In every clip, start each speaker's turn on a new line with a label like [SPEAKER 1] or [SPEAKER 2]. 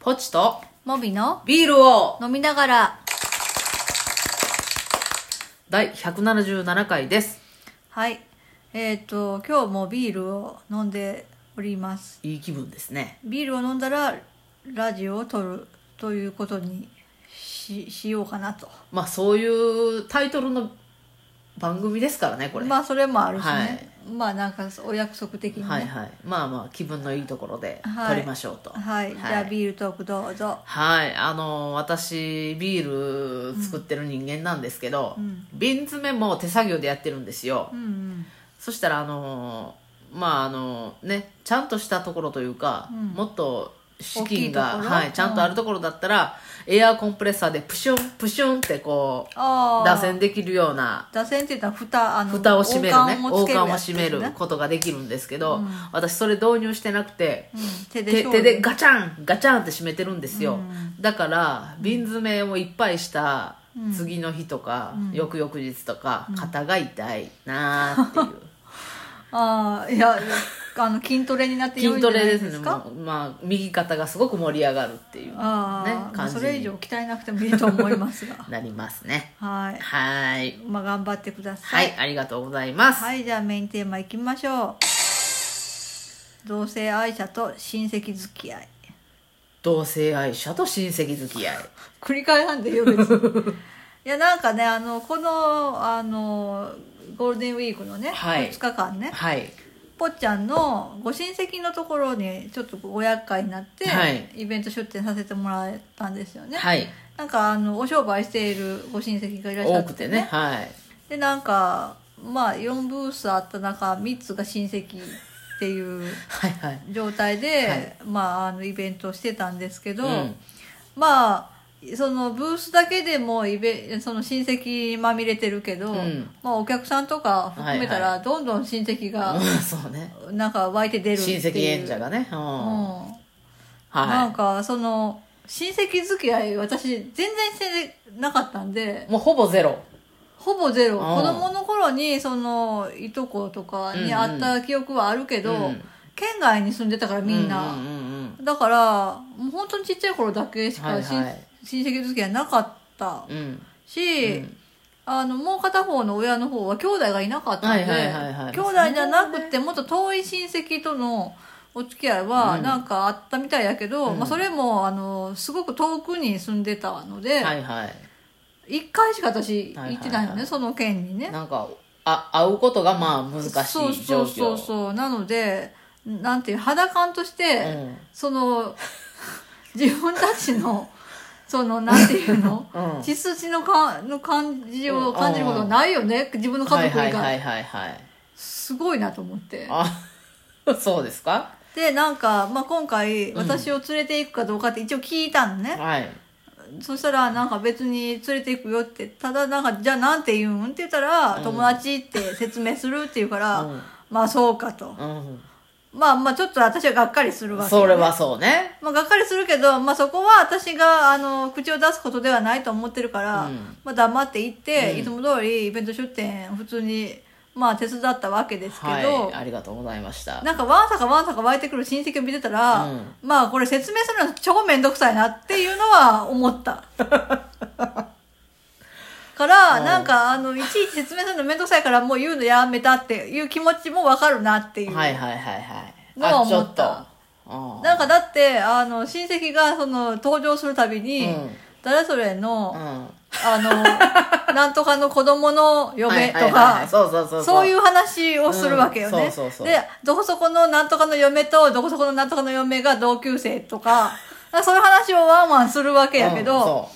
[SPEAKER 1] ポチと
[SPEAKER 2] モビの
[SPEAKER 1] ビールを
[SPEAKER 2] 飲みながら。
[SPEAKER 1] 第177回です。
[SPEAKER 2] はい。えっ、と、今日もビールを飲んでおります。
[SPEAKER 1] いい気分ですね。
[SPEAKER 2] ビールを飲んだら、ラジオを撮るということにししようかなと。
[SPEAKER 1] まあそういうタイトルの番組ですからね、これ。
[SPEAKER 2] まあ、それもあるしね。
[SPEAKER 1] はい
[SPEAKER 2] まあ、なんか、お約束的にね。は。
[SPEAKER 1] はいいはい。まあまあ気分のいいところで
[SPEAKER 2] はい
[SPEAKER 1] 撮りましょうと。
[SPEAKER 2] じ
[SPEAKER 1] はい
[SPEAKER 2] ゃあ、ビールトークどうぞ。
[SPEAKER 1] はいあの私ビール作ってる人間なんですけど、
[SPEAKER 2] うん
[SPEAKER 1] 瓶詰めも手作業でやってるんですよ、
[SPEAKER 2] うんうん。
[SPEAKER 1] そしたらあのまああのねちゃんとしたところというか、
[SPEAKER 2] うん
[SPEAKER 1] もっと資金
[SPEAKER 2] 大
[SPEAKER 1] が
[SPEAKER 2] きいところ
[SPEAKER 1] はい、ちゃんとあるところだったら、エアーコンプレッサーでプシュンプシュンってこう
[SPEAKER 2] ああ。
[SPEAKER 1] 打線できるような
[SPEAKER 2] 打線って言ったら、蓋、あの、
[SPEAKER 1] 蓋を閉めるね
[SPEAKER 2] 王
[SPEAKER 1] 王
[SPEAKER 2] 冠
[SPEAKER 1] 冠
[SPEAKER 2] を
[SPEAKER 1] を
[SPEAKER 2] つけ
[SPEAKER 1] 閉
[SPEAKER 2] る
[SPEAKER 1] め
[SPEAKER 2] やつで
[SPEAKER 1] る
[SPEAKER 2] すね
[SPEAKER 1] ことができるんですけど、
[SPEAKER 2] うん
[SPEAKER 1] 私それ導入してなくて、
[SPEAKER 2] うん手で
[SPEAKER 1] 手
[SPEAKER 2] 勝負
[SPEAKER 1] 手でガチャンガチャンって閉めてるんですよ、
[SPEAKER 2] うん
[SPEAKER 1] だから瓶詰めをいっぱいした次の日とか、
[SPEAKER 2] うん
[SPEAKER 1] 翌々日とか肩が痛いなーっていう、
[SPEAKER 2] ああ、いや、いやあの、筋トレになって良い
[SPEAKER 1] 筋
[SPEAKER 2] ん
[SPEAKER 1] ト
[SPEAKER 2] じゃな
[SPEAKER 1] レで
[SPEAKER 2] いで
[SPEAKER 1] ね
[SPEAKER 2] すすか
[SPEAKER 1] もうまあ右肩がすごく盛り上がるっていうね
[SPEAKER 2] ああ、
[SPEAKER 1] 感じ
[SPEAKER 2] それ以上
[SPEAKER 1] に
[SPEAKER 2] 鍛えなくてもいいと思いま すが
[SPEAKER 1] なりますね
[SPEAKER 2] はい、
[SPEAKER 1] はい
[SPEAKER 2] まあ、頑張ってくださ
[SPEAKER 1] はいい、ありがとうございます、
[SPEAKER 2] はいじゃあメインテーマいきましょう同性愛者と親戚付き合い
[SPEAKER 1] 同性愛者と親戚付き合い
[SPEAKER 2] 繰り返さんでいいよ別に いやなんかねあのこのあのゴールデンウィークのね、
[SPEAKER 1] はい
[SPEAKER 2] 2日間ね
[SPEAKER 1] はい
[SPEAKER 2] ぽっちゃんのご親戚のところにちょっとご厄介になって、
[SPEAKER 1] はい
[SPEAKER 2] イベント出店させてもらったんですよね、
[SPEAKER 1] はい
[SPEAKER 2] なんかあのお商売しているご親戚がいらっしゃ
[SPEAKER 1] 多
[SPEAKER 2] っ
[SPEAKER 1] く
[SPEAKER 2] て
[SPEAKER 1] てねはい
[SPEAKER 2] でなんかまあ4ブースあった中3つが親戚って いう
[SPEAKER 1] はいはい
[SPEAKER 2] 状態で、
[SPEAKER 1] はい
[SPEAKER 2] まああのイベントをしてたんですけど、
[SPEAKER 1] うん
[SPEAKER 2] まあそのブースだけでもイベその親戚まみれてるけど、
[SPEAKER 1] うん
[SPEAKER 2] まあ、お客さんとか含めた
[SPEAKER 1] はい
[SPEAKER 2] らどんどん親戚が
[SPEAKER 1] うんそうね
[SPEAKER 2] なんか湧いて出るってい
[SPEAKER 1] 親
[SPEAKER 2] う
[SPEAKER 1] 戚演者がね、うん
[SPEAKER 2] うん
[SPEAKER 1] は
[SPEAKER 2] なんかその親戚付き合い私全然してなかったんで
[SPEAKER 1] い、もうほぼゼロ
[SPEAKER 2] ほぼゼロ
[SPEAKER 1] うん
[SPEAKER 2] 子供の頃にそのいとことかに会った記憶はあるけど、
[SPEAKER 1] うん
[SPEAKER 2] 県外に住んでたからみん
[SPEAKER 1] ううん
[SPEAKER 2] な、
[SPEAKER 1] うんうん
[SPEAKER 2] だからもう本当にちっちゃい頃だけし
[SPEAKER 1] は
[SPEAKER 2] か
[SPEAKER 1] い
[SPEAKER 2] 親,、
[SPEAKER 1] はい
[SPEAKER 2] 親戚付き合いなかった
[SPEAKER 1] うん
[SPEAKER 2] し、
[SPEAKER 1] うん
[SPEAKER 2] あのもう片方の親の方は兄弟がいなかったんで、
[SPEAKER 1] はいはいはいはい
[SPEAKER 2] 兄弟じゃなくてもっと遠い親戚とのお付き合いは
[SPEAKER 1] うん
[SPEAKER 2] なんかあったみたいやけど、
[SPEAKER 1] うん
[SPEAKER 2] まあ、それもあのすごく遠くに住んでたので、
[SPEAKER 1] はいはい
[SPEAKER 2] 1回しか私
[SPEAKER 1] はいはいはい
[SPEAKER 2] 行ってないよね、その県にね。
[SPEAKER 1] なんかあ会うことがまあ難しい
[SPEAKER 2] そう
[SPEAKER 1] 状
[SPEAKER 2] そう
[SPEAKER 1] 況
[SPEAKER 2] そうそうなのでなんていう肌感として、
[SPEAKER 1] うん
[SPEAKER 2] その 自分たちのそのなんていうの
[SPEAKER 1] うん
[SPEAKER 2] 血筋のかの感じを感じること
[SPEAKER 1] うん
[SPEAKER 2] ないよね、自分の
[SPEAKER 1] は
[SPEAKER 2] 家
[SPEAKER 1] い
[SPEAKER 2] 族
[SPEAKER 1] は
[SPEAKER 2] 以
[SPEAKER 1] いは
[SPEAKER 2] 外
[SPEAKER 1] いはいはい
[SPEAKER 2] すごいなと思って
[SPEAKER 1] あ そうですか
[SPEAKER 2] でなんか、まあ、今回
[SPEAKER 1] うん
[SPEAKER 2] 私を連れていくかどうかって一応聞いたのね、
[SPEAKER 1] はい
[SPEAKER 2] そしたらなんか別に連れていくよってただなんかじゃあなんて言うんって言ったら、
[SPEAKER 1] うん
[SPEAKER 2] 友達って説明するって言うから、
[SPEAKER 1] うん
[SPEAKER 2] まあそうかと、
[SPEAKER 1] うん
[SPEAKER 2] まあまあちょっと私はがっかりするわけ、
[SPEAKER 1] それはそうね
[SPEAKER 2] まあ、がっかりするけど、まあ、そこは私があの口を出すことではないと思ってるから、
[SPEAKER 1] うん
[SPEAKER 2] まあ、黙って行って、
[SPEAKER 1] うん
[SPEAKER 2] いつも通りイベント出店普通に、まあ、手伝ったわけですけど、
[SPEAKER 1] はいありがとうございました
[SPEAKER 2] なんかわんさかわんさか湧いてくる親戚を見てたら、
[SPEAKER 1] うん
[SPEAKER 2] まあこれ説明するの超めんどくさいなっていうのは 思った。から、
[SPEAKER 1] うん
[SPEAKER 2] なんかあのいちいち説明するのめんどくさいからもう言うのやめたっていう気持ちもわかるなっていう。
[SPEAKER 1] はいはいはいはい
[SPEAKER 2] のは
[SPEAKER 1] あち
[SPEAKER 2] 思
[SPEAKER 1] ょ
[SPEAKER 2] っ
[SPEAKER 1] っと
[SPEAKER 2] た
[SPEAKER 1] うん
[SPEAKER 2] なんかだってあの親戚がその登場するたびに、
[SPEAKER 1] うん
[SPEAKER 2] 誰それの、
[SPEAKER 1] うん
[SPEAKER 2] あ のなんとかの子供の
[SPEAKER 1] はい
[SPEAKER 2] 嫁と
[SPEAKER 1] はいはいはい
[SPEAKER 2] か
[SPEAKER 1] そうそうそう
[SPEAKER 2] そういう話をするわけよ
[SPEAKER 1] うん
[SPEAKER 2] ね
[SPEAKER 1] そうそうそう
[SPEAKER 2] でどこそこのなんとかの嫁とどこそこのなんとかの嫁が同級生と かそういう話をワンワンするわけやけ
[SPEAKER 1] うん
[SPEAKER 2] ど、
[SPEAKER 1] そ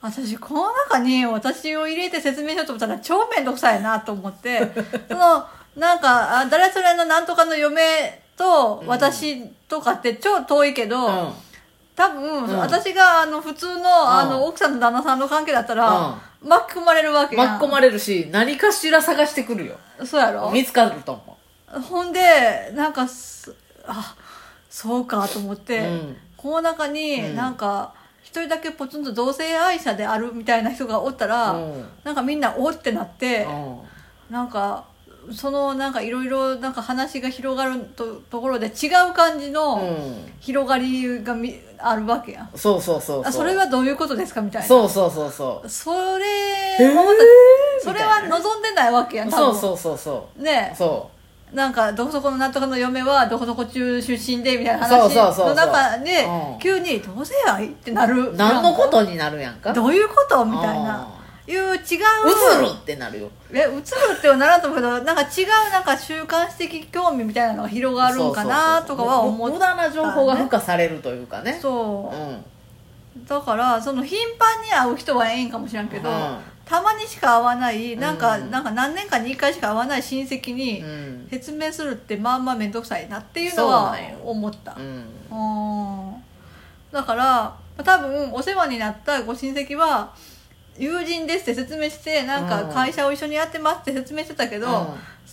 [SPEAKER 2] 私この中に私を入れて説明しようと思ったら超面倒くさいなと思って そのなんかあ誰それのなんとかの嫁と私とかって超遠いけど、
[SPEAKER 1] ううん
[SPEAKER 2] 多分、
[SPEAKER 1] うん
[SPEAKER 2] 私があの普通の,、あの奥さんと旦那さんの関係だったら、巻き込まれるわけやん
[SPEAKER 1] 巻き込まれるし何かしら探してくるよ
[SPEAKER 2] そうやろ
[SPEAKER 1] 見つかると思
[SPEAKER 2] ほんでなんかすあそうかと思っ
[SPEAKER 1] うう
[SPEAKER 2] て、
[SPEAKER 1] ん
[SPEAKER 2] この中に、
[SPEAKER 1] うん
[SPEAKER 2] なんか一人だけポツンと同性愛者であるみたいな人がおったら、
[SPEAKER 1] うん
[SPEAKER 2] なんかみんなおってなって、
[SPEAKER 1] うん
[SPEAKER 2] なんかそのなんかいろいろなんか話が広がるとところで違う感じ
[SPEAKER 1] う
[SPEAKER 2] の
[SPEAKER 1] ん
[SPEAKER 2] 広がりがみあるわけやん
[SPEAKER 1] そうそうそうう
[SPEAKER 2] あそれはどういうことですかみたいな
[SPEAKER 1] そうそうそうそう
[SPEAKER 2] そ
[SPEAKER 1] え
[SPEAKER 2] れ
[SPEAKER 1] ー
[SPEAKER 2] はまたそれは
[SPEAKER 1] みたいな
[SPEAKER 2] 望んでないわけやん多
[SPEAKER 1] そ
[SPEAKER 2] 分
[SPEAKER 1] うそうそうそ
[SPEAKER 2] ね
[SPEAKER 1] うそ
[SPEAKER 2] なんかどこそこのなんとかの嫁はどこそこ中出身でみたいな
[SPEAKER 1] そう
[SPEAKER 2] 話
[SPEAKER 1] そうそうそう
[SPEAKER 2] の中で
[SPEAKER 1] うん
[SPEAKER 2] 急に「どうせやい?」ってなる
[SPEAKER 1] う何のことになるやんか
[SPEAKER 2] どういうことみたいな
[SPEAKER 1] あ
[SPEAKER 2] いう違う
[SPEAKER 1] ーうつるってなるよ
[SPEAKER 2] え映るってはならんと思うけどなんか違うなんか習慣的興味みたいなのが広がるんかな
[SPEAKER 1] そうそうそう
[SPEAKER 2] とかは思っ
[SPEAKER 1] 無駄な情報が付加されるというかね
[SPEAKER 2] そううんだからその頻繁に会う人はええんかもしれんけど、
[SPEAKER 1] うん
[SPEAKER 2] たまにしか会わないなんか,、
[SPEAKER 1] うん
[SPEAKER 2] なんか何年かに1回しか会わない親戚に
[SPEAKER 1] うん
[SPEAKER 2] 説明するってまあまあ面倒くさいなっていうのは
[SPEAKER 1] そうなんよ
[SPEAKER 2] 思った
[SPEAKER 1] う
[SPEAKER 2] うんんだからまあ多分お世話になったご親戚は友人ですって説明してなん
[SPEAKER 1] う
[SPEAKER 2] か
[SPEAKER 1] ん
[SPEAKER 2] 会社を一緒にやってますって説明してたけど、
[SPEAKER 1] うん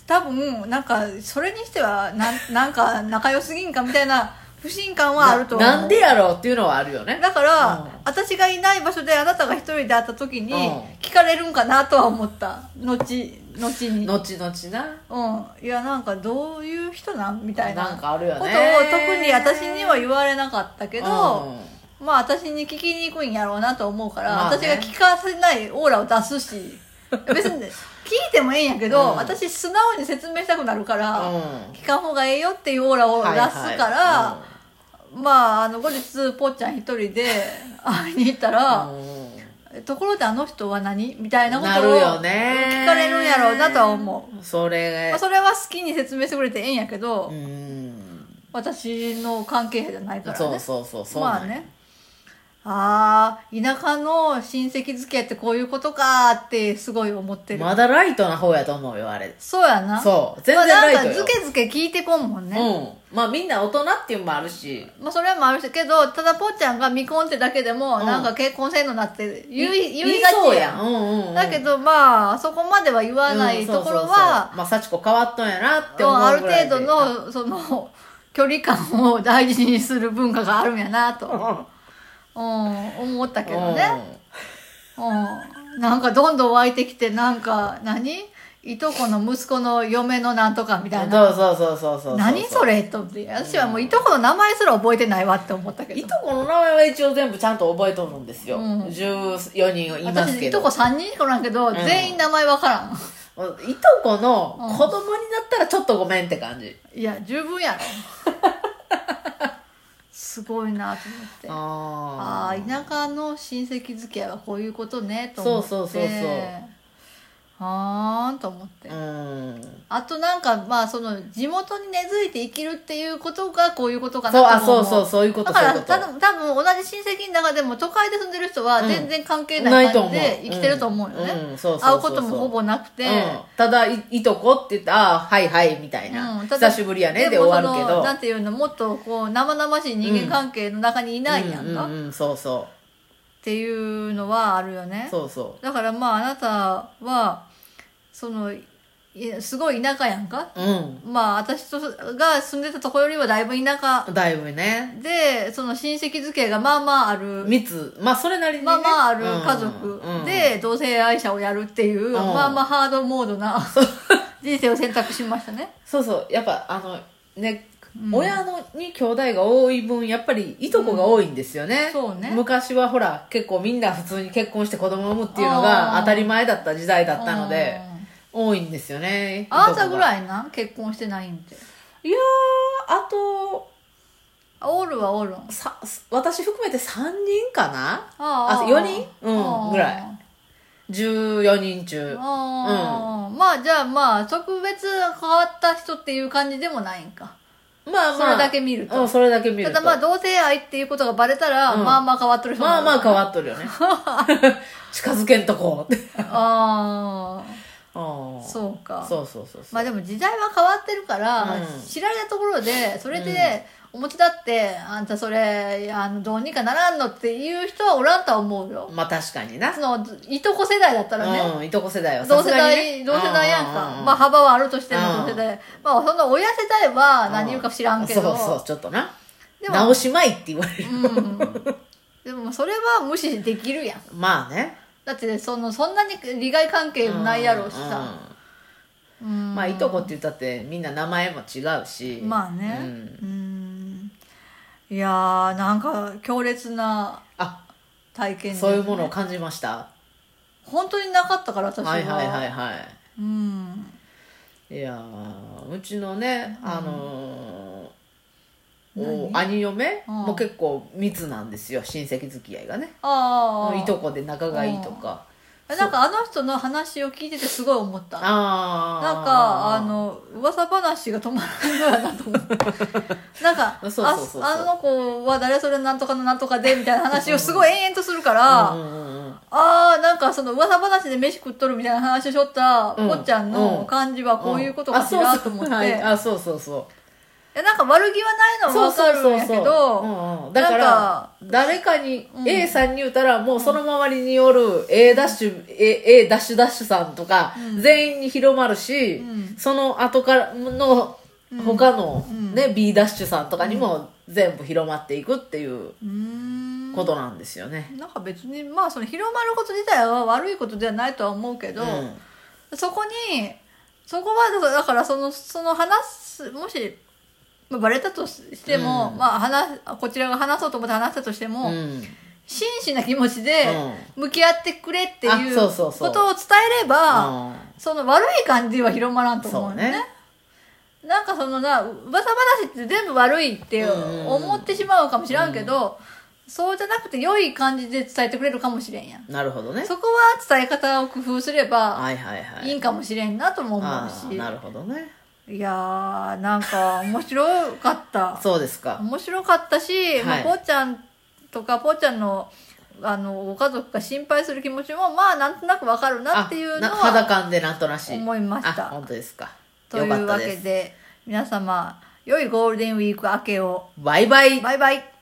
[SPEAKER 2] 多分なんかそれにしてはなん なんか仲良すぎんかみたいな不信感はあると思う
[SPEAKER 1] ななんでやろうっていうのはあるよね
[SPEAKER 2] だから、
[SPEAKER 1] うん
[SPEAKER 2] 私がいない場所であなたが一人で会った時に
[SPEAKER 1] うん
[SPEAKER 2] 聞かれるんかなとは思った後後に
[SPEAKER 1] 後々な
[SPEAKER 2] うんいやなんかどういう人なんみたいな
[SPEAKER 1] なんかあるよね
[SPEAKER 2] ことを特に私には言われなかったけど、
[SPEAKER 1] うん
[SPEAKER 2] まあ私に聞きにくいんやろうなと思うから、
[SPEAKER 1] まあね
[SPEAKER 2] 私が聞かせないオーラを出 すし別に聞いてもええんやけど、
[SPEAKER 1] うん
[SPEAKER 2] 私素直に説明したくなるから、
[SPEAKER 1] うん
[SPEAKER 2] 聞かん方がええよっていうオーラを出すから、まああの後日ぽっちゃん一人で 会いに行った
[SPEAKER 1] は
[SPEAKER 2] ら
[SPEAKER 1] いはいうんうん
[SPEAKER 2] 「ところであの人は何?」みたいなこ
[SPEAKER 1] な
[SPEAKER 2] と
[SPEAKER 1] る
[SPEAKER 2] を
[SPEAKER 1] よね
[SPEAKER 2] 聞かれるんやろうなとは思
[SPEAKER 1] うそれ
[SPEAKER 2] まあ、それは好きに説明してくれてええんやけど、
[SPEAKER 1] うん
[SPEAKER 2] 私の関係者じゃないからね
[SPEAKER 1] そうそうそうそう
[SPEAKER 2] ま
[SPEAKER 1] な
[SPEAKER 2] あ
[SPEAKER 1] んや
[SPEAKER 2] ねあー田舎の親戚付き合いってこういうことかってすごい思ってる、
[SPEAKER 1] まだライトな方やと思うよあれ
[SPEAKER 2] そうやな
[SPEAKER 1] そう全然ライ
[SPEAKER 2] まあ、
[SPEAKER 1] ト
[SPEAKER 2] なん
[SPEAKER 1] よ
[SPEAKER 2] かずけずけ聞いてこんもんね、
[SPEAKER 1] うんまあみんな大人っていうのもあるし
[SPEAKER 2] まあ、それもあるけどただぽっちゃんが未婚ってだけでも、
[SPEAKER 1] うん
[SPEAKER 2] なんか結婚せんのなって言い言
[SPEAKER 1] 言
[SPEAKER 2] い
[SPEAKER 1] い
[SPEAKER 2] がち
[SPEAKER 1] そうやんうんうん
[SPEAKER 2] だけどまあそこまでは言わないところは、
[SPEAKER 1] まあ幸子変わったんやなって
[SPEAKER 2] うん
[SPEAKER 1] 思う
[SPEAKER 2] ある
[SPEAKER 1] ぐらいで
[SPEAKER 2] 程度のその距離感を大事にする文化があるんやなと、うん、思ったけどね、うん、なんかどんどん湧いてきてなんか何いとこの息子の嫁のなんとかみ
[SPEAKER 1] うん
[SPEAKER 2] たいな
[SPEAKER 1] そうそうそうそうそう
[SPEAKER 2] 何そ
[SPEAKER 1] れ
[SPEAKER 2] れと思って私はもういとこの名前すら覚えてないわって思ったけど
[SPEAKER 1] いとこの名前は一応全部ちゃんと覚えとるんですよ、
[SPEAKER 2] うん
[SPEAKER 1] 14人います
[SPEAKER 2] 私
[SPEAKER 1] け
[SPEAKER 2] い
[SPEAKER 1] ど
[SPEAKER 2] とこ3人しかおらんけど、
[SPEAKER 1] ん
[SPEAKER 2] 全員名前わからん
[SPEAKER 1] いとこの子供になったらちょっとごめんって感じ、
[SPEAKER 2] いや十 分やろすごいなと思って
[SPEAKER 1] あ
[SPEAKER 2] ああ田舎の親戚付き合いはこういうことねと思って
[SPEAKER 1] そうそうそうそう
[SPEAKER 2] はーんと思って、
[SPEAKER 1] うん
[SPEAKER 2] あとなんかまあその地元に根付いて生きるっていうことがこういうことか
[SPEAKER 1] そうあ
[SPEAKER 2] なと
[SPEAKER 1] そ
[SPEAKER 2] 思
[SPEAKER 1] う
[SPEAKER 2] う
[SPEAKER 1] そうそういうこと
[SPEAKER 2] だか
[SPEAKER 1] そう
[SPEAKER 2] ら
[SPEAKER 1] いうこと
[SPEAKER 2] たぶん多分同じ親戚の中でも都会で住んでる人は
[SPEAKER 1] うん
[SPEAKER 2] 全然関係
[SPEAKER 1] な
[SPEAKER 2] ないい
[SPEAKER 1] と
[SPEAKER 2] 感
[SPEAKER 1] 思う
[SPEAKER 2] じで生きてると思うよね、
[SPEAKER 1] うんうんそうそうそうそう
[SPEAKER 2] 会うこともほぼなくて、
[SPEAKER 1] うん、ただいいとこって言ってああはいはいみたいな、
[SPEAKER 2] うんただ
[SPEAKER 1] 久しぶりやねで終わるけ
[SPEAKER 2] でもその
[SPEAKER 1] ど
[SPEAKER 2] なんていうのもっとこう生々しい人間関係の中にいないやん
[SPEAKER 1] う
[SPEAKER 2] か、っ
[SPEAKER 1] んうんうん、そうそ
[SPEAKER 2] ていうのはあるよね
[SPEAKER 1] うそうそ
[SPEAKER 2] だからまああなたはそのいすごい田舎やんか
[SPEAKER 1] うう
[SPEAKER 2] まあ私とが住んでたとこよりはだいぶ田舎
[SPEAKER 1] んだいぶね
[SPEAKER 2] でその親戚付き合いがまあまあある
[SPEAKER 1] 密まあそれなりに、ね、
[SPEAKER 2] まあまあある家族
[SPEAKER 1] うんうん
[SPEAKER 2] で同性愛者をやるっていう、
[SPEAKER 1] ん
[SPEAKER 2] まあまあハードモードな人生を選択しましたね。
[SPEAKER 1] そうそうやっぱあのね、
[SPEAKER 2] うん
[SPEAKER 1] 親のに兄弟が多い分やっぱりいとこが多いんですよね,、
[SPEAKER 2] うんそうね
[SPEAKER 1] 昔はほら結構みんな普通に結婚して子供を産むっていうのが
[SPEAKER 2] あー
[SPEAKER 1] 当たり前だった時代だったので
[SPEAKER 2] うん
[SPEAKER 1] 多いんですよね
[SPEAKER 2] あなたぐ
[SPEAKER 1] い
[SPEAKER 2] らいな結婚してないん
[SPEAKER 1] と
[SPEAKER 2] で。
[SPEAKER 1] こがいやーあと
[SPEAKER 2] あおるはおるん。
[SPEAKER 1] さ私含めて3人かな
[SPEAKER 2] あ
[SPEAKER 1] あ四人うんぐらい
[SPEAKER 2] あ
[SPEAKER 1] 14人中
[SPEAKER 2] あ、まあじゃあまあ特別変わった人っていう感じでもないんか。
[SPEAKER 1] まあまあ
[SPEAKER 2] それだけ見ると
[SPEAKER 1] うん、それだけ見る
[SPEAKER 2] た
[SPEAKER 1] と
[SPEAKER 2] だまあ同性愛っていうことがバレたら、
[SPEAKER 1] うん
[SPEAKER 2] まあまあ変わってる人
[SPEAKER 1] まあまあ変
[SPEAKER 2] っ
[SPEAKER 1] わっとる よね近づけんとこって
[SPEAKER 2] てる。
[SPEAKER 1] あ
[SPEAKER 2] ああ、
[SPEAKER 1] そ
[SPEAKER 2] そうか。
[SPEAKER 1] うそうそうそう
[SPEAKER 2] まあでも時代は変わってるから、
[SPEAKER 1] うん
[SPEAKER 2] 知られたところでそれで表だって、あんたそれあのどうにかならんのっていう人はおらんとは思うよ、
[SPEAKER 1] まあ確かにな
[SPEAKER 2] そのいとこ世代だったらね、
[SPEAKER 1] うん、いとこ世代は
[SPEAKER 2] 同
[SPEAKER 1] さ
[SPEAKER 2] 世
[SPEAKER 1] すがに
[SPEAKER 2] 代、
[SPEAKER 1] ね
[SPEAKER 2] 同世代やんか、
[SPEAKER 1] ううう
[SPEAKER 2] まあ幅はあるとしても
[SPEAKER 1] うん
[SPEAKER 2] 同世代、まあその親世代は
[SPEAKER 1] うん
[SPEAKER 2] 何言うか知らんけど、
[SPEAKER 1] そうそうちょっとな
[SPEAKER 2] でも
[SPEAKER 1] 直しまいって言われる、
[SPEAKER 2] うん、でもそれは無視できるやん
[SPEAKER 1] まあね
[SPEAKER 2] だってそのそんなに利害関係もないやろうしさ、
[SPEAKER 1] うん
[SPEAKER 2] うん
[SPEAKER 1] まあいとこって言ったってみんな名前も違うし
[SPEAKER 2] まあね
[SPEAKER 1] う、
[SPEAKER 2] うんんいやーなんか強烈な
[SPEAKER 1] あ
[SPEAKER 2] 体験です
[SPEAKER 1] そ
[SPEAKER 2] ね
[SPEAKER 1] ういうものを感じました
[SPEAKER 2] 本当になかったから私は
[SPEAKER 1] はいはいはいはい
[SPEAKER 2] うん
[SPEAKER 1] いやーうちのね、あのーお
[SPEAKER 2] 何
[SPEAKER 1] 兄嫁
[SPEAKER 2] うん
[SPEAKER 1] も結構密なんですよ親戚付き合いがね
[SPEAKER 2] ああ
[SPEAKER 1] いとこで仲がいいとか
[SPEAKER 2] なんかあの人の話を聞いててすごい思ったなん
[SPEAKER 1] ああ
[SPEAKER 2] かあの噂話が止まらないなと思ってなんか
[SPEAKER 1] そうそうそうそう
[SPEAKER 2] ああの子は誰それなんとかのなんとかでみたいな話をすごい延々とするから、
[SPEAKER 1] うんうんうんうん
[SPEAKER 2] あーなんかその噂話で飯食っとるみたいな話をしょった
[SPEAKER 1] うん
[SPEAKER 2] こっちゃんの感じはこういうことかしらと思
[SPEAKER 1] あそうそう,、
[SPEAKER 2] って、
[SPEAKER 1] はい、
[SPEAKER 2] い
[SPEAKER 1] あそうそうそう
[SPEAKER 2] やなんか悪気はないのは分かるんやけど
[SPEAKER 1] うんうんだか
[SPEAKER 2] なん
[SPEAKER 1] ら
[SPEAKER 2] か
[SPEAKER 1] 誰かに
[SPEAKER 2] うん
[SPEAKER 1] A さんに言うたらもうその周りによる A ダッシュ A, A ダッシュダッシュさんとか
[SPEAKER 2] うん
[SPEAKER 1] 全員に広まるし、
[SPEAKER 2] うん
[SPEAKER 1] その後からの
[SPEAKER 2] うん
[SPEAKER 1] 他の、
[SPEAKER 2] うん
[SPEAKER 1] ね B ダッシュさんとかにも全部広まっていくっていう
[SPEAKER 2] うーん
[SPEAKER 1] ことなんですよね。
[SPEAKER 2] なんか別にまあその広まること自体は悪いことではないとは思うけ
[SPEAKER 1] う
[SPEAKER 2] ど、
[SPEAKER 1] ん
[SPEAKER 2] そこにそこはだからそのその話すもし、まあ、バレたとしても、
[SPEAKER 1] うん
[SPEAKER 2] まあ、話こちらが話そうと思って話したとしても、
[SPEAKER 1] うん
[SPEAKER 2] 真摯な気持ちで向き合ってくれってい
[SPEAKER 1] あ
[SPEAKER 2] う
[SPEAKER 1] そ
[SPEAKER 2] こ
[SPEAKER 1] うそうそう
[SPEAKER 2] とを伝えれば。その悪い感じは広まらん
[SPEAKER 1] う
[SPEAKER 2] と
[SPEAKER 1] ん
[SPEAKER 2] 思う
[SPEAKER 1] そ
[SPEAKER 2] よ
[SPEAKER 1] う
[SPEAKER 2] ね
[SPEAKER 1] ね。
[SPEAKER 2] なんかそのな噂話って全部悪いって
[SPEAKER 1] うん
[SPEAKER 2] 思ってしまうかもしらんけど、そうじゃなくて良い感じで伝えてくれるかもしれんやん
[SPEAKER 1] なるほどね。
[SPEAKER 2] そこは伝え方を工夫すれば
[SPEAKER 1] はいはいはいい。
[SPEAKER 2] いんかもしれんなとも思
[SPEAKER 1] あ
[SPEAKER 2] う
[SPEAKER 1] あ
[SPEAKER 2] し
[SPEAKER 1] なるほどね。
[SPEAKER 2] いやーなんか面白かった
[SPEAKER 1] そうですか。
[SPEAKER 2] 面白かったし、まあ
[SPEAKER 1] はい
[SPEAKER 2] ぽーちゃんとかぽーちゃんのあのご家族が心配する気持ちもまあなんとなくわかるなっていうの
[SPEAKER 1] あな
[SPEAKER 2] は
[SPEAKER 1] 肌感でなんとなし
[SPEAKER 2] 思いました
[SPEAKER 1] あ本当ですか
[SPEAKER 2] とい
[SPEAKER 1] よか
[SPEAKER 2] う
[SPEAKER 1] った
[SPEAKER 2] わけ
[SPEAKER 1] です
[SPEAKER 2] で皆様良いゴールデンウィーク明けを
[SPEAKER 1] バイバイ
[SPEAKER 2] バイバイ